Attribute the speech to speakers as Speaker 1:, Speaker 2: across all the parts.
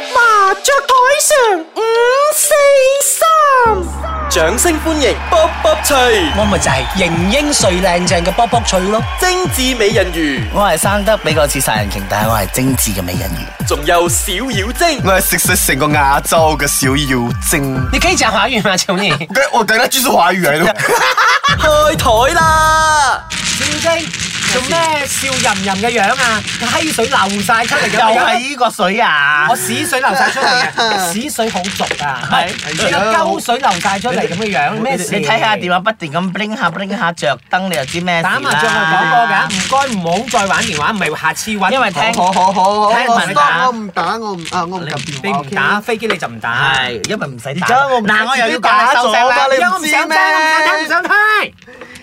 Speaker 1: À,
Speaker 2: 雀台上
Speaker 1: Ừ,
Speaker 2: 五四三，掌聲歡迎卜卜脆，
Speaker 3: 我咪就係型英帥靚正嘅卜卜脆咯。
Speaker 2: 精緻美人魚，
Speaker 3: 我係生得比較似殺人鯨，但係我係精緻嘅美人魚。
Speaker 2: 仲有小妖精，
Speaker 4: 我係食食成個亞洲嘅小妖精。
Speaker 3: 你可以講華語嗎，求 你？小
Speaker 4: 我我等下繼續華語嚟咯。
Speaker 2: 開台啦！
Speaker 3: 精做咩笑吟吟嘅樣啊？閪水流晒出嚟嘅，
Speaker 1: 又係呢個水啊！
Speaker 3: 我屎水流晒出嚟嘅，屎水好濁啊，係呢個鳩水流晒出嚟咁嘅樣，咩事？
Speaker 1: 你睇下電話不斷咁 bling 下 bling 下着燈，你就知咩事啦
Speaker 3: 打麻雀我講過㗎，唔該唔好再玩電話，唔係下次玩。
Speaker 1: 因為聽
Speaker 5: 好好好好，
Speaker 3: 聽
Speaker 5: 我
Speaker 3: 聞
Speaker 5: 唔
Speaker 3: 打
Speaker 5: 打，我唔打，我唔啊，我唔撳電話。
Speaker 3: 你唔
Speaker 5: OK？
Speaker 3: 打飛機你就唔打。
Speaker 1: 係因為唔使打。
Speaker 5: 而家我唔
Speaker 1: 嗱，我又要講你
Speaker 5: 打
Speaker 1: 收
Speaker 5: 咗
Speaker 1: 聲啦
Speaker 5: 㗎，。你
Speaker 3: 我
Speaker 5: 唔
Speaker 3: 唔
Speaker 5: 知
Speaker 3: 想聽，我唔想聽，唔
Speaker 5: 咩？
Speaker 3: 想聽。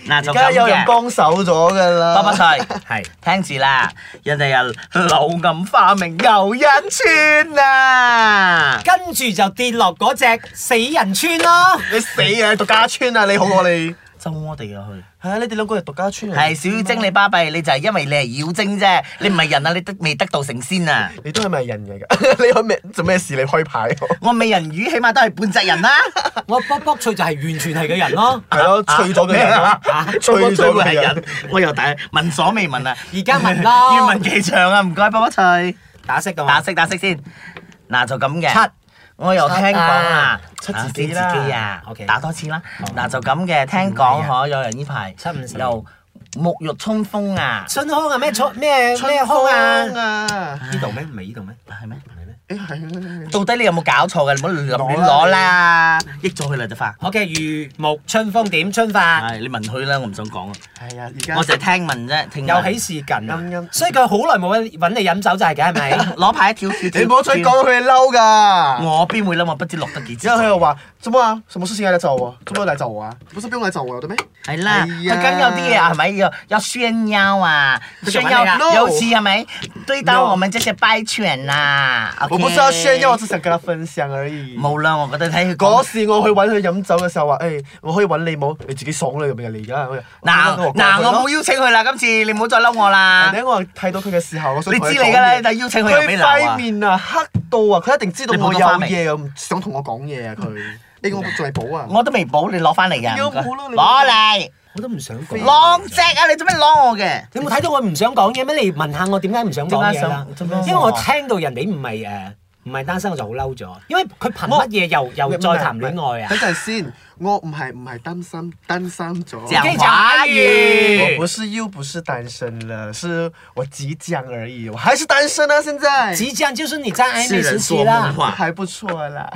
Speaker 1: 嗱就
Speaker 5: 而家
Speaker 1: 咁
Speaker 5: 有人
Speaker 1: 嘅，
Speaker 5: 幫手咗㗎啦。
Speaker 1: 多不脆。
Speaker 3: 係。
Speaker 1: 聽住啦，人哋又柳暗花明又一村啊！
Speaker 3: 跟住就跌落嗰只死人村咯。
Speaker 5: 你死啊！獨家村啊！你好我你。
Speaker 1: 周我哋啊去，
Speaker 5: 係啊！你哋兩個係獨家 村嚟。
Speaker 1: 係小精你巴閉，你就係因為你係妖精啫，你唔係人啊，你得未得道成仙啊！
Speaker 5: 你都係咪人嚟㗎？你開咩做咩事？你開牌喎。
Speaker 1: 我美人魚起碼都係半隻人啦，
Speaker 3: 我卜卜脆就係完全係嘅人咯。
Speaker 5: 係咯，
Speaker 1: 啊
Speaker 5: 脆咗嘅人咯，脆咗
Speaker 1: 會
Speaker 5: 嘅
Speaker 1: 係
Speaker 5: 人
Speaker 1: 人。，我又大聞所未聞啊！
Speaker 3: 而 家問
Speaker 1: 要
Speaker 3: 咯
Speaker 1: 問，幾長啊？唔該，幫我齊
Speaker 3: 打色嘅
Speaker 1: 打
Speaker 3: 嘛。
Speaker 1: 色打色先。嗱就咁嘅。
Speaker 3: 七。
Speaker 1: 我又聽講啊，
Speaker 5: 七
Speaker 1: 打
Speaker 5: 自
Speaker 1: 死
Speaker 5: 己
Speaker 1: 自
Speaker 5: 啦
Speaker 1: 己啊
Speaker 3: OK
Speaker 1: 打多次啦。嗱就咁嘅，聽講
Speaker 5: 啊
Speaker 1: 可有人呢排
Speaker 3: 七五十
Speaker 1: 又沐浴春風啊，
Speaker 3: 春康啊咩春咩咩康啊？
Speaker 5: 風啊！
Speaker 3: 呢度咩？唔係呢度咩？
Speaker 1: 係咩？
Speaker 5: 誒係啦，
Speaker 1: 到底你有冇搞錯嘅？你唔好亂亂攞啦，益咗佢啦就快。
Speaker 3: 好嘅，如沐春風點春
Speaker 5: À.
Speaker 3: 法，
Speaker 1: 係你問佢啦，我唔想講啊，
Speaker 5: 係啊！而家
Speaker 1: 我就係聽聞啫，聽
Speaker 3: 又
Speaker 1: 聞
Speaker 3: 喜事近
Speaker 5: 啱
Speaker 3: 啊
Speaker 5: 啱！
Speaker 3: 所以佢好耐冇揾你飲酒就係嘅，係咪？
Speaker 1: 攞牌跳跳跳。
Speaker 5: 你唔好再講，佢係嬲㗎。
Speaker 1: 我邊會諗？我不知落得幾次
Speaker 5: 然。后他又话：做乜啊？什么事情要来找我？做乜来找我啊？不是不用来找我的咩？
Speaker 1: 係啦，
Speaker 5: 哎
Speaker 1: 佢
Speaker 5: 呀
Speaker 1: 梗有啲嘢係咪要要炫耀啊？
Speaker 3: 佢就
Speaker 1: 炫
Speaker 3: 玩你啦
Speaker 1: 耀
Speaker 5: No
Speaker 1: 尤其係咪對到
Speaker 5: No
Speaker 1: 我們這些敗犬啊？
Speaker 5: 我
Speaker 1: à. OK
Speaker 5: 不是要炫耀，我只想跟他分享而已。
Speaker 1: 冇啦，我覺得睇佢
Speaker 5: 嗰
Speaker 1: 講
Speaker 5: 時我去揾佢飲酒嘅時候話：，誒、我可以揾你冇？你自己爽啦，咁樣你而家。
Speaker 1: 嗱嗱，我冇邀請佢啦，今次你唔好再嬲我啦。
Speaker 5: 等我睇到佢嘅時候，我想
Speaker 1: 你
Speaker 5: 同
Speaker 1: 知
Speaker 5: 講
Speaker 1: 你噶啦，
Speaker 5: 嘢
Speaker 1: 就邀請佢又俾
Speaker 5: 佢
Speaker 1: 鬧啊
Speaker 5: 塊！面啊黑到啊，佢一定知道
Speaker 1: 你補
Speaker 5: 我有
Speaker 1: 咗花未
Speaker 5: 嘢啊，唔想同我講嘢啊 佢。你我再補啊！
Speaker 1: 我都未補，你攞翻嚟㗎。
Speaker 5: 有
Speaker 1: 唔該
Speaker 5: 冇啦你
Speaker 1: 攞嚟，
Speaker 3: 我都唔想講。
Speaker 1: 攞只啊！你做咩攞我嘅？
Speaker 3: 你冇睇到我唔想講嘢咩？你問下我點解唔想講
Speaker 1: 點解
Speaker 3: 嘢啦
Speaker 1: 想點解？
Speaker 3: 因為我聽到人哋唔係誒唔係單身，我就好嬲咗。因為佢憑乜嘢又又再談戀愛啊
Speaker 5: 等？陣先，我唔係唔係單身，單身咗。
Speaker 1: 講
Speaker 3: 講華語
Speaker 5: 我不是又不是單身了，是我即将而已，我还是單身啊！現在
Speaker 3: 即將就是你在曖昧時期
Speaker 1: 說
Speaker 3: 啦
Speaker 1: 夢。話，
Speaker 5: 還不錯啦。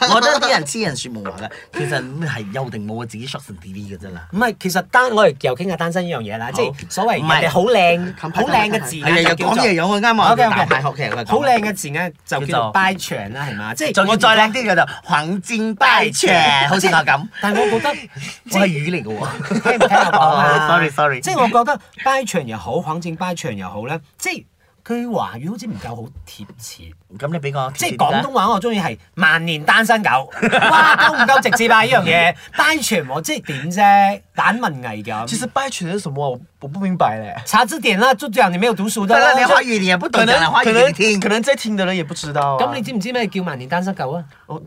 Speaker 1: 我覺得啲人痴人說夢話嘅，其實係有定冇啊，自己 short 成 D D 嘅啫啦。
Speaker 3: 唔係，其實單我哋又傾下單身呢樣嘢啦，即係所謂
Speaker 1: 唔係
Speaker 3: 人哋好靚
Speaker 5: 近排
Speaker 3: 好靚嘅字
Speaker 1: 係啊，
Speaker 3: 眼
Speaker 1: 又
Speaker 3: 就叫
Speaker 1: 講
Speaker 3: 做
Speaker 1: 嘢有我啱啊我
Speaker 3: OK，OK
Speaker 1: 大學其實佢講
Speaker 3: 好靚嘅字眼就
Speaker 1: 叫
Speaker 3: 叫做
Speaker 1: 做
Speaker 3: 拜長啦，係嘛？即係
Speaker 1: 仲要
Speaker 3: 我
Speaker 1: 再靚啲叫做橫戰敗犬，好似我咁，
Speaker 3: 但係我覺得
Speaker 1: 我係魚嚟嘅喎。
Speaker 3: 聽唔聽我講啊
Speaker 1: Sorry, sorry
Speaker 3: 即係我覺得拜長又好，肯正拜長又好咧，即係佢華語好似唔夠好貼切。
Speaker 1: 咁你俾我
Speaker 3: 即係廣東話我中意係萬年單 身狗，哇夠唔夠直接啊？呢樣嘢拜長我即係點啫？蛋文藝
Speaker 5: 其
Speaker 3: 咁。
Speaker 5: 實拜犬是什麼啊？我我不明白嘞。
Speaker 3: 查字典啦，就講你沒有讀書的
Speaker 1: 得啦，
Speaker 3: 啦
Speaker 1: 你。華語你也不懂
Speaker 5: 可
Speaker 1: 講
Speaker 5: 能
Speaker 1: 華
Speaker 5: 可
Speaker 1: 語你
Speaker 5: 能
Speaker 1: 聽
Speaker 5: 可。能在聽的人也不知道啊。
Speaker 3: 咁你知唔知咩叫萬年單身狗啊？
Speaker 5: 我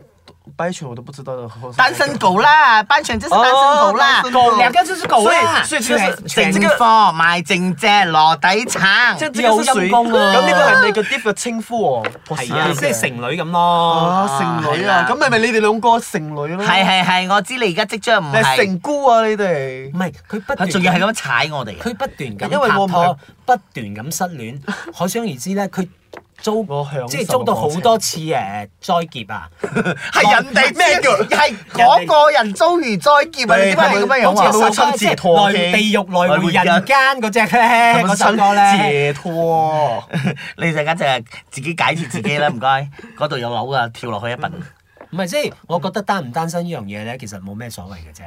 Speaker 5: 拜犬我都不知道的。何況是
Speaker 1: 單身狗啦，班長真係單身狗啦
Speaker 5: 哦單。身狗
Speaker 3: 兩個就是狗啦，
Speaker 5: 所以所以這個是
Speaker 1: 正
Speaker 5: 這
Speaker 1: 貨
Speaker 5: 個
Speaker 1: 賣正隻籮底橙，
Speaker 5: 這這個是屬
Speaker 3: 有
Speaker 5: 於
Speaker 3: 陰功啊
Speaker 5: 咁呢個係你個 diff 嘅稱呼喎。
Speaker 3: 係啊，即係剩
Speaker 5: 女
Speaker 3: 女咁咯。
Speaker 5: 啊，剩女
Speaker 1: 哦係啦
Speaker 5: 啊，咁咪咪你哋兩個剩女咯？
Speaker 1: 係係係，我知你而家即將唔
Speaker 5: 嗯你係
Speaker 1: 係，
Speaker 5: 成姑啊，你
Speaker 1: 嗯
Speaker 5: 哋
Speaker 3: 唔。係佢不斷
Speaker 1: 佢仲要係咁樣踩我哋。啊
Speaker 3: 佢不斷咁
Speaker 5: 因為我
Speaker 3: 拍
Speaker 5: 唔
Speaker 3: 拖
Speaker 5: 係，
Speaker 3: 不斷咁失戀，可想而知咧，佢租
Speaker 5: 我享
Speaker 3: 即係
Speaker 5: 受
Speaker 3: 租到好
Speaker 5: 過程
Speaker 3: 多次誒災劫啊！
Speaker 1: 係人哋咩叫？係嗰個人遭遇災劫啊！你點解係咁樣樣
Speaker 3: 好
Speaker 1: 啊？
Speaker 3: 似
Speaker 5: 好
Speaker 3: 有
Speaker 5: 似
Speaker 3: 首歌
Speaker 5: 親自
Speaker 3: 即係
Speaker 5: 拖機
Speaker 3: 來地獄來
Speaker 5: 來
Speaker 3: 回
Speaker 5: 回
Speaker 3: 人
Speaker 5: 人
Speaker 3: 間嗰只咧，嗰首歌咧。
Speaker 5: 借拖。
Speaker 1: 你陣間就係自己解決自己啦，唔該。嗰度有樓噶，跳落去一笨。
Speaker 3: 唔係，即係我覺得單唔單身呢樣嘢咧，其實冇咩所謂嘅啫。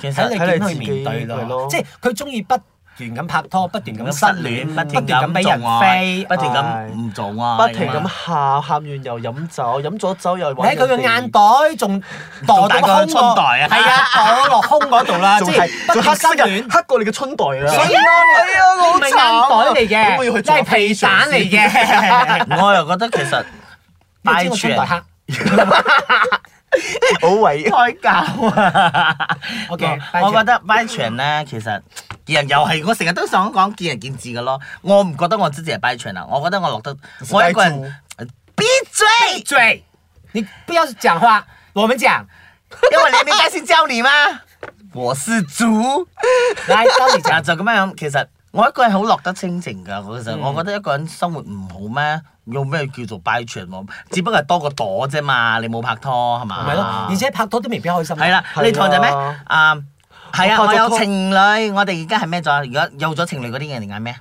Speaker 1: 其實
Speaker 3: 睇你點去
Speaker 5: 睇你自己
Speaker 3: 面對咯。
Speaker 5: 係咯
Speaker 3: 即係佢中意不斷咁拍拖，不斷咁
Speaker 1: 咁
Speaker 3: 失
Speaker 1: 失
Speaker 3: 戀，
Speaker 1: 戀，
Speaker 3: 不
Speaker 1: 不
Speaker 3: 斷
Speaker 1: 斷
Speaker 3: 咁
Speaker 1: 咁
Speaker 3: 俾
Speaker 1: 俾
Speaker 3: 人
Speaker 1: 人
Speaker 3: 飛
Speaker 1: 飛，。不斷咁唔做啊，
Speaker 5: 不停咁喊，喊完又飲酒，飲咗酒又
Speaker 3: 你喺
Speaker 5: 揾
Speaker 3: 佢
Speaker 5: 人
Speaker 3: 嘅
Speaker 5: 哋
Speaker 3: 眼袋仲
Speaker 1: 仲
Speaker 3: 墮到個胸嗰
Speaker 1: 大過春袋啊
Speaker 3: 係啊，墮落胸嗰度
Speaker 1: 啊
Speaker 3: 啦，即
Speaker 5: 仲
Speaker 3: 係
Speaker 5: 係
Speaker 3: 不
Speaker 5: 仲
Speaker 3: 斷
Speaker 5: 黑
Speaker 3: 失
Speaker 5: 色
Speaker 3: 戀
Speaker 5: 人，。黑過你嘅春袋啊啦。
Speaker 3: 所以我唔係眼袋嚟嘅，你係皮蛋嚟嘅。
Speaker 1: 啊我又覺得其實
Speaker 3: 你知我春袋
Speaker 1: 敗
Speaker 3: 黑
Speaker 1: 犬
Speaker 5: 好偉
Speaker 1: 胎教 啊
Speaker 3: OK，
Speaker 1: 我
Speaker 3: 拜
Speaker 1: 我
Speaker 3: 泉
Speaker 1: 覺得 by 場咧，其實見人又係我成日都想講見仁見智嘅咯。我唔覺得我自己係 by 場啊，我覺得我落得我一個人閉嘴，
Speaker 3: 嘴，你不要讲话，我们讲。
Speaker 1: 因為你明白先教你嘛。 我是豬。
Speaker 3: 来，到你
Speaker 1: 嗱
Speaker 3: 讲。
Speaker 1: 就咁樣，其實我一個人好落得清靜㗎。其實我覺得一個人生活唔好咩？有咩叫做 by 場喎？只不過係多個朵啫嘛，你冇拍拖係嘛？
Speaker 3: 咪咯，而且拍拖都未必開心。
Speaker 1: 係啦，
Speaker 5: 係啊
Speaker 1: 你堂就咩？啊，係啊，
Speaker 5: 我
Speaker 1: 我
Speaker 5: 拍咗拖
Speaker 1: 有情侶，我哋而家係咩咗？如果有咗情侶嗰啲人哋嗌咩？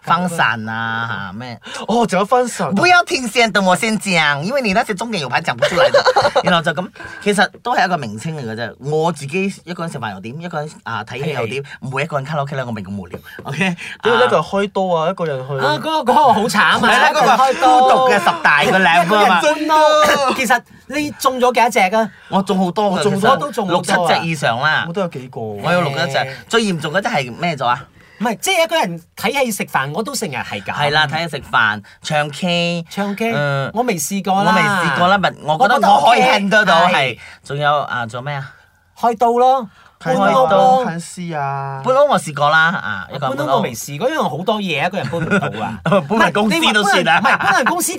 Speaker 1: 分散啊，嚇咩？
Speaker 5: 哦，仲有分手，
Speaker 1: 不要停線，等我先講，因為你那些中年有排講不出來的。然後就咁，其實都係一個名稱嚟嘅啫。我自己一個人食飯又點，一個人啊睇戲又點，唔會一個人卡拉 OK 啦，我咪咁無聊。OK，
Speaker 5: 因為一個
Speaker 1: 啊
Speaker 5: 人開刀啊，一個人去。
Speaker 3: 啊，嗰個嗰個好慘啊！
Speaker 1: 係啦，嗰個
Speaker 3: 開
Speaker 1: 孤獨嘅十大個靚啊 嘛，
Speaker 3: 真咯。其實你中咗幾多隻啊？
Speaker 1: 我中好多
Speaker 3: 我
Speaker 1: 嘅，
Speaker 3: 中
Speaker 1: 其實
Speaker 3: 我都中好
Speaker 1: 六七
Speaker 3: 多啊
Speaker 1: 隻以上啦
Speaker 5: 我。都有幾個。
Speaker 1: 我有六七隻，最嚴重嗰隻係咩咗啊？
Speaker 3: 唔係，即係一個人睇戲食飯，我都成日係㗎。
Speaker 1: 係啦，睇下食飯、唱 K、
Speaker 3: 唱 K，
Speaker 1: 嗯
Speaker 3: 我未試過
Speaker 1: 我
Speaker 3: 啦。
Speaker 1: 未試過啦，但我覺得
Speaker 3: 我覺得
Speaker 1: 我可以
Speaker 3: OK，
Speaker 1: handle 到
Speaker 3: 係
Speaker 1: 係。仲有啊，做咩啊？
Speaker 3: 開刀咯，搬
Speaker 5: 睇
Speaker 3: 屋
Speaker 5: 開
Speaker 3: 咯
Speaker 5: 刀、。看戲啊。
Speaker 1: 搬屋我試過啦，啊一個人
Speaker 3: 搬屋
Speaker 1: 搬
Speaker 3: 我
Speaker 1: 屋。
Speaker 3: 未。試過，因為好多嘢一個人搬唔到啊
Speaker 1: 搬人公司都算啦
Speaker 3: 唔係搬人公司嗰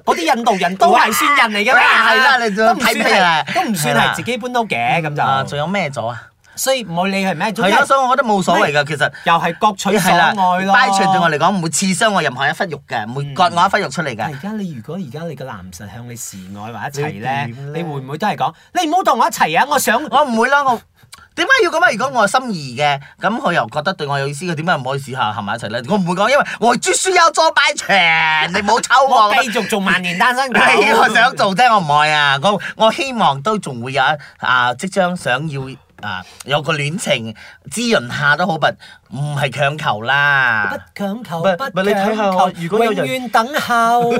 Speaker 3: 個嗰啲印度人都係算人嚟嘅咩？
Speaker 1: 哇係啦你
Speaker 3: 都唔
Speaker 1: 睇
Speaker 3: 算
Speaker 1: 咩啦
Speaker 3: 係，都唔算
Speaker 1: 係啦
Speaker 3: 係自己搬屋嘅
Speaker 1: 啊，
Speaker 3: 咁
Speaker 1: 仲
Speaker 3: 就。
Speaker 1: 有咩咗啊？
Speaker 3: 所以唔好理係咩，總
Speaker 1: 係
Speaker 3: 之
Speaker 1: 咯，
Speaker 3: 係
Speaker 1: 所以我覺得冇所謂㗎，其實。
Speaker 3: 又係各取所
Speaker 1: 係啦
Speaker 3: 愛咯。嗯
Speaker 1: 掰長對我嚟講唔會刺傷我任何一忽肉嘅，唔會割我一忽肉出嚟
Speaker 3: 但而
Speaker 1: 嘅。
Speaker 3: 家你如果而家你個男神向你示愛或者一齊咧，
Speaker 5: 你
Speaker 3: 你會
Speaker 5: 點咧
Speaker 3: 唔會都係講你唔好同我一齊啊？我想
Speaker 1: 我唔會啦，我點解要咁啊？如果我係心儀嘅，咁佢又覺得對我有意思，佢點解唔可以試下行埋一齊咧？我唔會講，因為我絕輸有做掰長，你冇抽我
Speaker 3: 我。繼續做萬年單身狗。
Speaker 1: 係我想做啫，我唔愛啊！我我希望都仲會有一啊，即將想要啊，有個戀情滋潤下都好，不唔係強求
Speaker 3: 不
Speaker 1: 啦。
Speaker 3: 強求，
Speaker 5: 唔係唔
Speaker 3: 不
Speaker 5: 係你睇下
Speaker 3: 強求，
Speaker 5: 如果有人
Speaker 3: 永遠等候。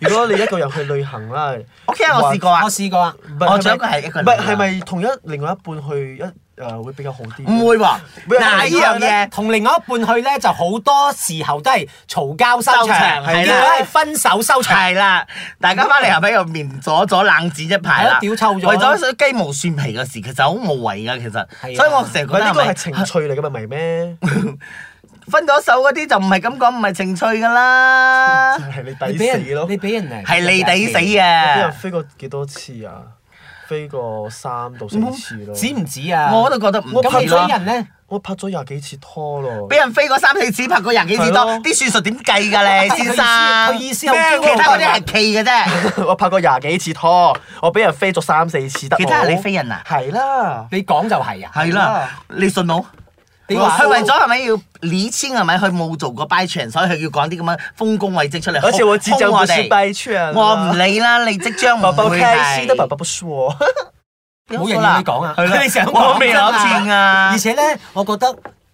Speaker 5: 如果你一個人去旅行啦
Speaker 1: OK 啊，我試過啊
Speaker 3: 我，試過啊，
Speaker 5: 唔
Speaker 1: 我
Speaker 5: 係
Speaker 1: 仲有一
Speaker 5: 係
Speaker 1: 個
Speaker 5: 咪
Speaker 1: 係一個人
Speaker 5: 唔係
Speaker 1: 啊
Speaker 5: 係咪同一另外一半去一誒會比較好啲？
Speaker 1: 唔會喎。
Speaker 5: 喂
Speaker 1: 嗱呢樣嘢。
Speaker 3: 同另外一半去咧，就好多時候都係嘈交收
Speaker 1: 收
Speaker 3: 場，
Speaker 1: 場係
Speaker 3: 結
Speaker 1: 啦
Speaker 3: 果係分手收場。
Speaker 1: 係啦，大家翻嚟係咪又面咗咗冷戰一排
Speaker 3: 係
Speaker 1: 啦
Speaker 3: 啊？屌臭咗
Speaker 1: 為咗啲雞毛蒜皮嘅事，其實好無謂噶，其
Speaker 3: 係啊
Speaker 1: 實。所以我成日
Speaker 5: 唔
Speaker 1: 覺
Speaker 5: 係
Speaker 1: 得
Speaker 5: 呢
Speaker 1: 係
Speaker 5: 個
Speaker 1: 咪
Speaker 5: 係情趣嚟嘅嘛，唔係咩？
Speaker 1: 分咗手嗰啲就唔係咁講，唔係情趣噶啦
Speaker 5: 就，係你
Speaker 3: 你俾
Speaker 5: 抵死
Speaker 3: 人，
Speaker 5: 咯
Speaker 3: 你！俾人嚟，
Speaker 1: 係你抵死
Speaker 5: 我俾人
Speaker 1: 啊！
Speaker 5: 飛過幾多次啊？飛過三到四次咯。
Speaker 3: 止唔止啊？
Speaker 1: 我都覺得唔
Speaker 3: 咁
Speaker 1: 止
Speaker 3: 佢
Speaker 1: 咯
Speaker 3: 追。人咧，
Speaker 5: 我拍咗廿幾次拖咯。
Speaker 1: 俾人飛過三四次，拍過廿幾次多
Speaker 5: 係咯，
Speaker 1: 啲算術點計㗎 你
Speaker 3: 佢意思
Speaker 1: 先生？
Speaker 3: 佢啊意思係
Speaker 1: 咩
Speaker 3: 好驚啊哦
Speaker 1: 其他嗰啲係企嘅啫。
Speaker 5: 我拍過廿幾次拖，我俾人飛咗三四次得冇。
Speaker 1: 其他係你飛人啊
Speaker 5: 係啦，
Speaker 3: 你講就係啊。
Speaker 1: 係啦，你信冇？
Speaker 3: 你話
Speaker 1: 佢為咗係咪要理清係咪佢冇做過 by 場，所以佢要講啲咁樣豐功偉績出嚟。
Speaker 5: 而且我即將
Speaker 1: 兇
Speaker 5: 不
Speaker 1: 我
Speaker 5: 是
Speaker 1: 哋
Speaker 5: by 場啦
Speaker 1: 我唔理啦，你即將
Speaker 5: 寶
Speaker 1: 唔
Speaker 5: 寶
Speaker 1: 會
Speaker 5: 開心的寶
Speaker 1: 係
Speaker 5: 啊寶。不是我。
Speaker 3: 冇人要你講啊，
Speaker 1: 係啦
Speaker 3: 你想講
Speaker 1: 我未有錢啊
Speaker 3: 而！且咧，我覺得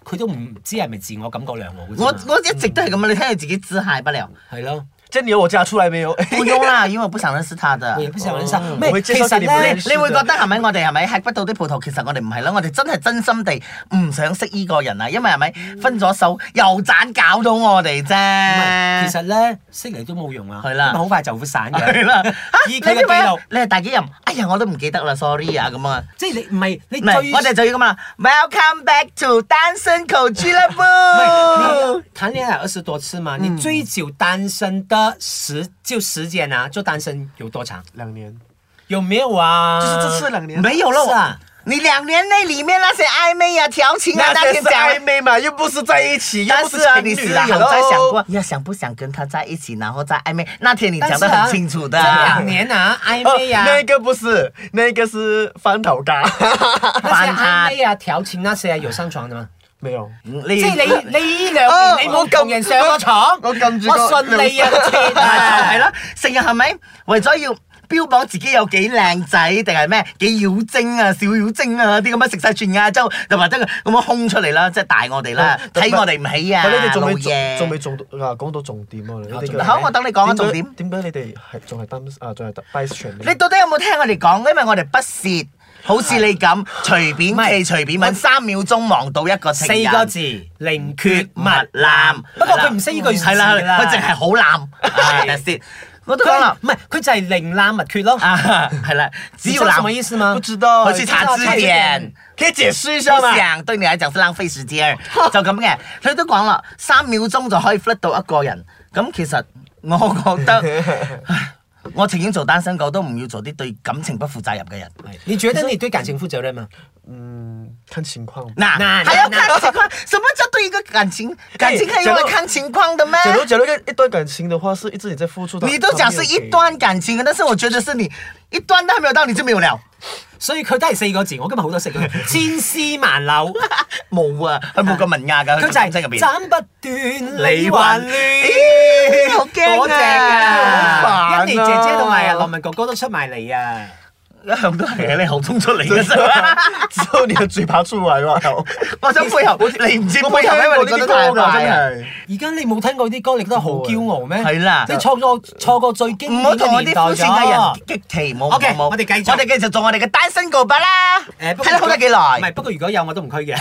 Speaker 3: 佢都唔知係咪自我感覺良好嘅啫
Speaker 1: 我
Speaker 3: 嘛。
Speaker 1: 我一直都係咁啊樣，你睇佢自己姿態不 了。
Speaker 3: 係咯，
Speaker 5: 這你有我嫁出來沒有？
Speaker 1: 不用啦，因為我不想認識他的
Speaker 3: 我。亦不想人生。
Speaker 5: 我
Speaker 3: 咩？
Speaker 5: 會
Speaker 3: 其
Speaker 5: 接受
Speaker 3: 實
Speaker 5: 你哋
Speaker 3: 咧
Speaker 5: 嘅。
Speaker 1: 你會覺得係咪我哋係咪吃不到啲葡萄？其實我哋唔係啦，我哋真係真心地唔想識依個人啊，因為係咪分咗手又盞搞到我哋啫？
Speaker 3: 唔係其實咧，識嚟都冇用啊，
Speaker 1: 呃係啦
Speaker 3: 因為好快就會散
Speaker 1: 係
Speaker 3: 嘅。
Speaker 1: 啦，啊
Speaker 3: 以
Speaker 1: 你
Speaker 3: 佢嘅
Speaker 1: 知唔知啊
Speaker 3: 記錄
Speaker 1: 你係大幾任？哎呀，我都唔記得啦，sorry 啊咁啊。
Speaker 3: 即係你唔係你
Speaker 1: 唔係，
Speaker 3: 最
Speaker 1: 我哋就要咁啊！Welcome back to 單身球俱樂
Speaker 3: 唔係
Speaker 1: 部
Speaker 3: 你。嗯談戀愛二十多次嘛，你最久單身的時就時間啊，就單身有多長？
Speaker 5: 兩年，
Speaker 3: 有沒有啊？
Speaker 5: 就是這次兩年。
Speaker 1: 沒有
Speaker 3: 是
Speaker 1: 了
Speaker 3: 啊，
Speaker 1: 你兩年內裡面那些曖昧啊、調情啊，那
Speaker 5: 那
Speaker 1: 些
Speaker 5: 些是
Speaker 1: 講
Speaker 5: 曖。昧嘛，又不是在一起，又
Speaker 1: 但
Speaker 5: 不
Speaker 1: 是
Speaker 5: 情
Speaker 1: 啊，你
Speaker 5: 侶
Speaker 1: 是
Speaker 5: 啦。
Speaker 1: 有在想
Speaker 5: hello
Speaker 1: 過要想不想跟他在一起，然後再曖昧？那天你
Speaker 3: 但
Speaker 1: 講
Speaker 3: 是
Speaker 1: 得
Speaker 3: 啊
Speaker 1: 很清楚的。
Speaker 3: 這兩年啊，曖昧呀、
Speaker 5: 那個不是，那個是翻頭家。
Speaker 1: 翻
Speaker 3: 那些
Speaker 1: 啊
Speaker 3: 曖昧啊、調情那些啊有上床的嗎？
Speaker 5: 沒有，
Speaker 1: 你
Speaker 3: 即係你你呢兩
Speaker 5: 哦
Speaker 3: 年你
Speaker 5: 我
Speaker 3: 冇
Speaker 5: 撳
Speaker 3: 同人上過床，
Speaker 5: 我撳住
Speaker 3: 我
Speaker 5: 個
Speaker 3: 信你啊，切啊
Speaker 1: 係咯，成日係咪為咗要標榜自己有幾靚仔，定係咩幾妖精啊、小妖精啊啲咁樣食晒全亞洲，就或者咁樣空出嚟啦，即係大我哋啦，
Speaker 5: 但
Speaker 1: 睇我哋唔起啊，
Speaker 5: 但你哋仲
Speaker 1: 老
Speaker 5: 未
Speaker 1: 嘢。
Speaker 5: 仲未仲到啊？講到重點啊！你哋嘅
Speaker 1: 好，我等你講啊重點。
Speaker 5: 點解你哋係仲係單啊？仲係單 by 全
Speaker 1: 你到底有冇聽我哋講？因為我哋不屑，好似你咁隨便記、隨便揾，三秒鐘望到一個情
Speaker 3: 四
Speaker 1: 人
Speaker 3: 個。字，寧缺
Speaker 1: 缺
Speaker 3: 勿
Speaker 1: 勿濫
Speaker 3: 濫。。不過佢唔識呢句字
Speaker 1: 係啦，
Speaker 3: 㗎啦，
Speaker 1: 佢淨係好濫。係 that's it 我都講啦。
Speaker 3: 哎唔係佢就係零濫勿缺咯。
Speaker 1: 啊，係啦，只
Speaker 3: 你
Speaker 1: 要
Speaker 3: 知道
Speaker 1: 浪
Speaker 3: 什麼意思嗎
Speaker 5: 不知道
Speaker 1: 回去查字
Speaker 3: 不知道
Speaker 1: 典。
Speaker 5: 可以解释一下
Speaker 1: 不
Speaker 5: 嘛？
Speaker 1: 想對你嚟講是浪費時 間，就咁嘅。佢都講啦，三秒鐘就可以 flirt 到一個人。咁其實我 覺得，唉我情願做單身狗，都唔要做啲對感情不負責任嘅人。
Speaker 3: 你覺得你對感情負責任嗎？
Speaker 5: 嗯，看情况。
Speaker 1: 嗱，
Speaker 3: 嗱啊
Speaker 1: 還要
Speaker 3: 嗱
Speaker 1: 看情況， 什麼叫對一個感 情？感情可以用來看情況的咩？
Speaker 5: 假如假如一一段感情的话，是一直你在付出的。
Speaker 1: 你都講是一段感情，但是我覺得是你一段都還沒有到，你就沒有了。
Speaker 3: 所以佢都係四個字，我今日好多識 佢，千絲萬縷。
Speaker 1: 冇啊，佢冇咁文雅㗎，
Speaker 3: 佢就
Speaker 1: 佢真
Speaker 3: 係
Speaker 1: 入邊。
Speaker 3: 斬不斷，理
Speaker 1: 你
Speaker 3: 還
Speaker 1: 還
Speaker 3: 亂，
Speaker 1: 好驚啊
Speaker 3: 嗰隻啊！
Speaker 5: 好煩
Speaker 3: 欣
Speaker 5: 啊
Speaker 3: 妮姐姐同埋啊羅文哥哥都出埋嚟 啊！
Speaker 1: 一向都係喺你口中出嚟嘅啫。
Speaker 5: 之后你的嘴巴出来嘛？
Speaker 1: 我想配合，你唔知配合，
Speaker 5: 我冇聽過
Speaker 1: 因為你覺得太快啊
Speaker 3: à?
Speaker 5: 呢啲歌㗎真係
Speaker 3: 而家你冇聽過啲歌，你覺得好驕傲咩？
Speaker 1: 係啦
Speaker 3: 你錯過錯過最經
Speaker 1: 唔
Speaker 3: 典
Speaker 1: 好同我啲
Speaker 3: 嘅年代
Speaker 1: 膚淺嘅
Speaker 3: 咗
Speaker 1: 人。激氣，冇
Speaker 3: OK，
Speaker 1: 冇冇。
Speaker 3: 我哋繼續
Speaker 1: 我哋繼續做我哋嘅單身告白啦。
Speaker 3: 誒不過
Speaker 1: 睇你好得幾
Speaker 3: 唔
Speaker 1: 耐
Speaker 3: 係，？不過如果有我都唔拘嘅，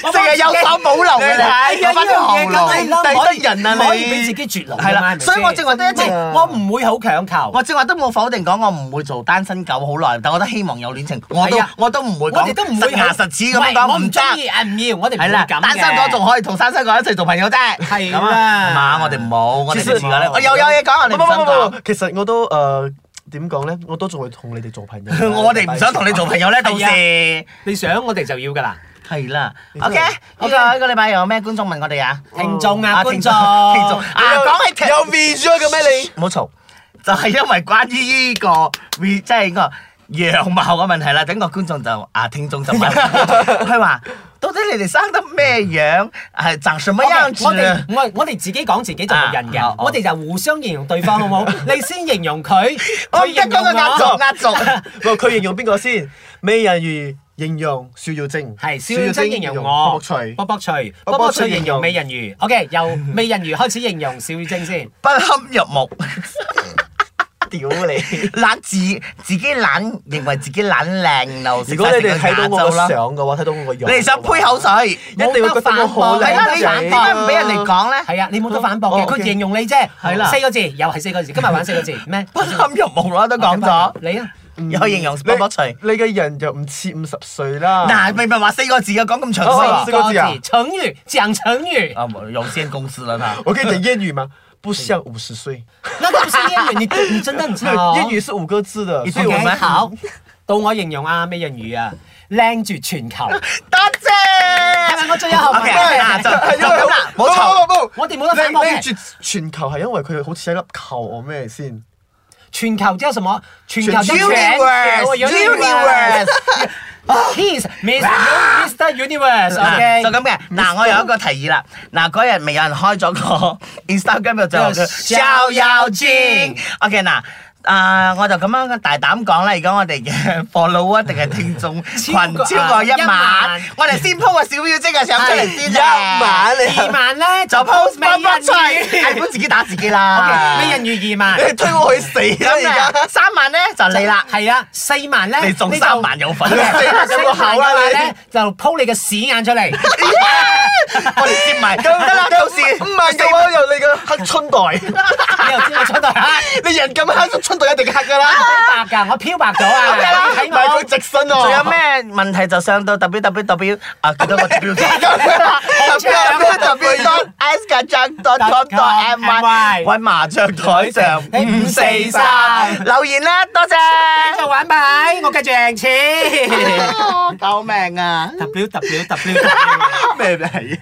Speaker 1: 成日有所保留嘅你
Speaker 3: 係
Speaker 1: 有
Speaker 3: 啊，
Speaker 1: 翻啲
Speaker 3: 呢樣嘢
Speaker 1: 後路，
Speaker 3: 梗係啦
Speaker 1: 唔抵得人啊
Speaker 3: 唔可以
Speaker 1: 你
Speaker 3: 俾自己絕路㗎嘛
Speaker 1: 係啦
Speaker 3: 係咪
Speaker 1: 所以我
Speaker 3: 先
Speaker 1: 正話都一直
Speaker 3: 唔係我唔會好強求。
Speaker 1: 我正話都冇否定講，我唔會做單身狗好耐，但我都希望有戀情，我都
Speaker 3: 係啊
Speaker 1: 我都唔會
Speaker 3: 我
Speaker 1: 講
Speaker 3: 哋都唔會
Speaker 1: 實牙實齒咁樣
Speaker 3: 喂
Speaker 1: 講，
Speaker 3: 我
Speaker 1: 得
Speaker 3: 唔中。意，誒唔要，我哋唔
Speaker 1: 係
Speaker 3: 會
Speaker 1: 啦，
Speaker 3: 咁嘅
Speaker 1: 單身狗仲可以同單身狗一齊做朋友啫。
Speaker 3: 係
Speaker 1: 咁
Speaker 3: 啦
Speaker 1: 啊，嘛我哋冇，我哋
Speaker 5: 其實
Speaker 1: 自己咧，我又有嘢講，啊
Speaker 5: 唔
Speaker 1: 你唔
Speaker 5: 唔
Speaker 1: 想
Speaker 5: 唔唔
Speaker 1: 講。
Speaker 5: 唔，？其實我都誒呃點講咧，我都仲會同你哋做朋友
Speaker 1: 我哋唔想同你做朋友
Speaker 3: 啊
Speaker 1: 咧，到時。
Speaker 3: 你想我哋就要㗎啦。
Speaker 1: 係啦
Speaker 5: 你真
Speaker 1: ，OK，呢
Speaker 5: 係
Speaker 1: 個呢個禮拜又有咩觀眾問我哋啊？
Speaker 3: 聽眾啊，
Speaker 1: 啊
Speaker 3: 觀眾，
Speaker 1: 聽眾 聽眾啊，講起劇
Speaker 5: 有 V 咗嘅咩你？
Speaker 1: 冇嘈，就係因為關於呢個 re 即係呢個樣貌嘅問題啦。整個觀眾就啊，聽眾就問，佢話到底你哋生得咩樣，係長什麼
Speaker 3: OK，
Speaker 1: 樣子
Speaker 3: 我哋
Speaker 1: 啊？
Speaker 3: 我我哋自己講自己就冇人
Speaker 1: 啊
Speaker 3: 嘅
Speaker 1: 好，
Speaker 3: 我哋就互相形容對方好唔好？你先形容佢，
Speaker 1: 我
Speaker 3: 佢
Speaker 1: 唔得
Speaker 3: 形容
Speaker 1: 嗰個壓軸
Speaker 3: 我。
Speaker 1: 壓 軸。
Speaker 5: 我佢形容邊個先？美人魚形容小妖精，
Speaker 3: 係小妖精形容
Speaker 5: 小
Speaker 3: 我，
Speaker 5: 妖精形容
Speaker 3: 卜
Speaker 5: 卜卜
Speaker 3: 卜脆，
Speaker 5: 卜
Speaker 3: 卜卜
Speaker 5: 卜
Speaker 3: 脆
Speaker 5: 脆
Speaker 3: 形
Speaker 5: 形
Speaker 3: 容
Speaker 5: 容
Speaker 3: 美人魚。OK，由美人魚開始形容小妖精先。
Speaker 1: 不堪入目，
Speaker 5: 脆。屌你！
Speaker 1: 懶自自己懶，認為自己懶靚，又食
Speaker 5: 如果
Speaker 1: 晒
Speaker 5: 你
Speaker 1: 成個
Speaker 5: 哋睇到
Speaker 1: 亞
Speaker 5: 我
Speaker 1: 洲
Speaker 5: 個
Speaker 1: 啦。
Speaker 5: 相嘅話，睇到我個樣嘅話，
Speaker 1: 你想杯口水？
Speaker 5: 一定會覺得我好
Speaker 3: 冇得
Speaker 1: 係
Speaker 3: 反
Speaker 1: 啦，
Speaker 5: 靚
Speaker 1: 你
Speaker 5: 仔。
Speaker 1: 點解唔俾人哋講咧？
Speaker 3: 係啊，你冇得反駁
Speaker 5: 哦
Speaker 3: 嘅，佢
Speaker 5: OK
Speaker 3: 形容你啫。
Speaker 1: 係啦
Speaker 3: 四個字，又係四個字。今日玩四個字咩？
Speaker 1: 不堪入目啦，都講
Speaker 3: Ờ,
Speaker 1: 咗，
Speaker 3: 你啊，
Speaker 1: 有形容
Speaker 5: 你
Speaker 1: 卜卜脆。
Speaker 5: 你嘅人又唔似五十歲啦。
Speaker 1: 嗱，明明話四個字嘅，講咁詳
Speaker 3: Ờ,
Speaker 1: 細。
Speaker 5: 哦四個字啊
Speaker 3: 成語講成語，
Speaker 1: 啊，冇有限公司啦，他。
Speaker 5: 我可以講諺語嗎？不像五 十歲，
Speaker 3: 那都不是諺語，你你真的很
Speaker 5: 沒
Speaker 3: 差
Speaker 5: 有
Speaker 3: 哦。
Speaker 5: 諺語是五個字的，所以
Speaker 3: OK，
Speaker 5: 我
Speaker 1: 我們
Speaker 3: 好，到我形容啊，美人魚啊，靚絕全球，係
Speaker 1: 多謝。
Speaker 3: 咪我最有後
Speaker 1: O
Speaker 3: 文
Speaker 1: K，嗱 就
Speaker 5: 係因
Speaker 1: 就
Speaker 5: 為
Speaker 1: 咁啦，冇錯。
Speaker 5: 不不不
Speaker 3: 我哋冇得反駁
Speaker 5: 你
Speaker 3: 嘅
Speaker 5: 你全全球係因為佢好似一粒球我咩先？
Speaker 3: 全球之後什麼？全球之
Speaker 1: Universe，Universe。
Speaker 3: His Miss Mr
Speaker 1: Ờ,
Speaker 3: Universe。OK，
Speaker 1: 就咁嘅，嗱，我有一個提議啦。嗱，嗰日咪有人開咗個 Instagram 就
Speaker 3: 叫
Speaker 1: 叫逍遙精。OK，嗱。À, 啊我就咁樣大膽講啦，而家我哋嘅 follow 一定係聽眾群
Speaker 3: 超過
Speaker 1: 超過一
Speaker 3: 一
Speaker 1: 萬
Speaker 3: 萬，
Speaker 1: 我哋先 po 個小妖精嘅相出嚟先啊
Speaker 5: 一晚
Speaker 3: 二
Speaker 5: 你
Speaker 3: 萬咧
Speaker 1: 就 post
Speaker 3: 美
Speaker 1: 乜乜
Speaker 3: 人
Speaker 1: 出嚟，係
Speaker 3: 魚。
Speaker 1: 本自己打自己啦
Speaker 3: OK，。美人魚二萬。
Speaker 5: 你推我去死啦！而家
Speaker 1: 咁啊，三萬咧就你啦。
Speaker 3: 係啊，四萬咧，
Speaker 1: 你中
Speaker 3: 就
Speaker 1: 三萬有份
Speaker 3: 四萬
Speaker 5: 有個口啦
Speaker 3: 嘅話咧
Speaker 5: 你，
Speaker 3: 就鋪你嘅屎眼出嚟。
Speaker 1: 我哋接埋，得啦，到時
Speaker 5: 五萬嘅話有你嘅黑春袋，
Speaker 3: 你又知我出到啊？
Speaker 5: 你人咁黑，春袋一定黑噶啦。
Speaker 3: 我漂白㗎，我漂白咗啊！
Speaker 1: 啦
Speaker 3: 你睇
Speaker 5: 但
Speaker 3: 我
Speaker 5: 係佢直身
Speaker 1: 仲有
Speaker 5: 喎。
Speaker 1: 咩問題就上到 www 啊，記得我 w w w s k a j a n g c o m m y 揾麻雀台上五四三留言啦，多謝。
Speaker 3: 就玩牌，我繼續贏錢。
Speaker 1: 救命啊！
Speaker 3: W W W。
Speaker 5: 咩嚟嘅？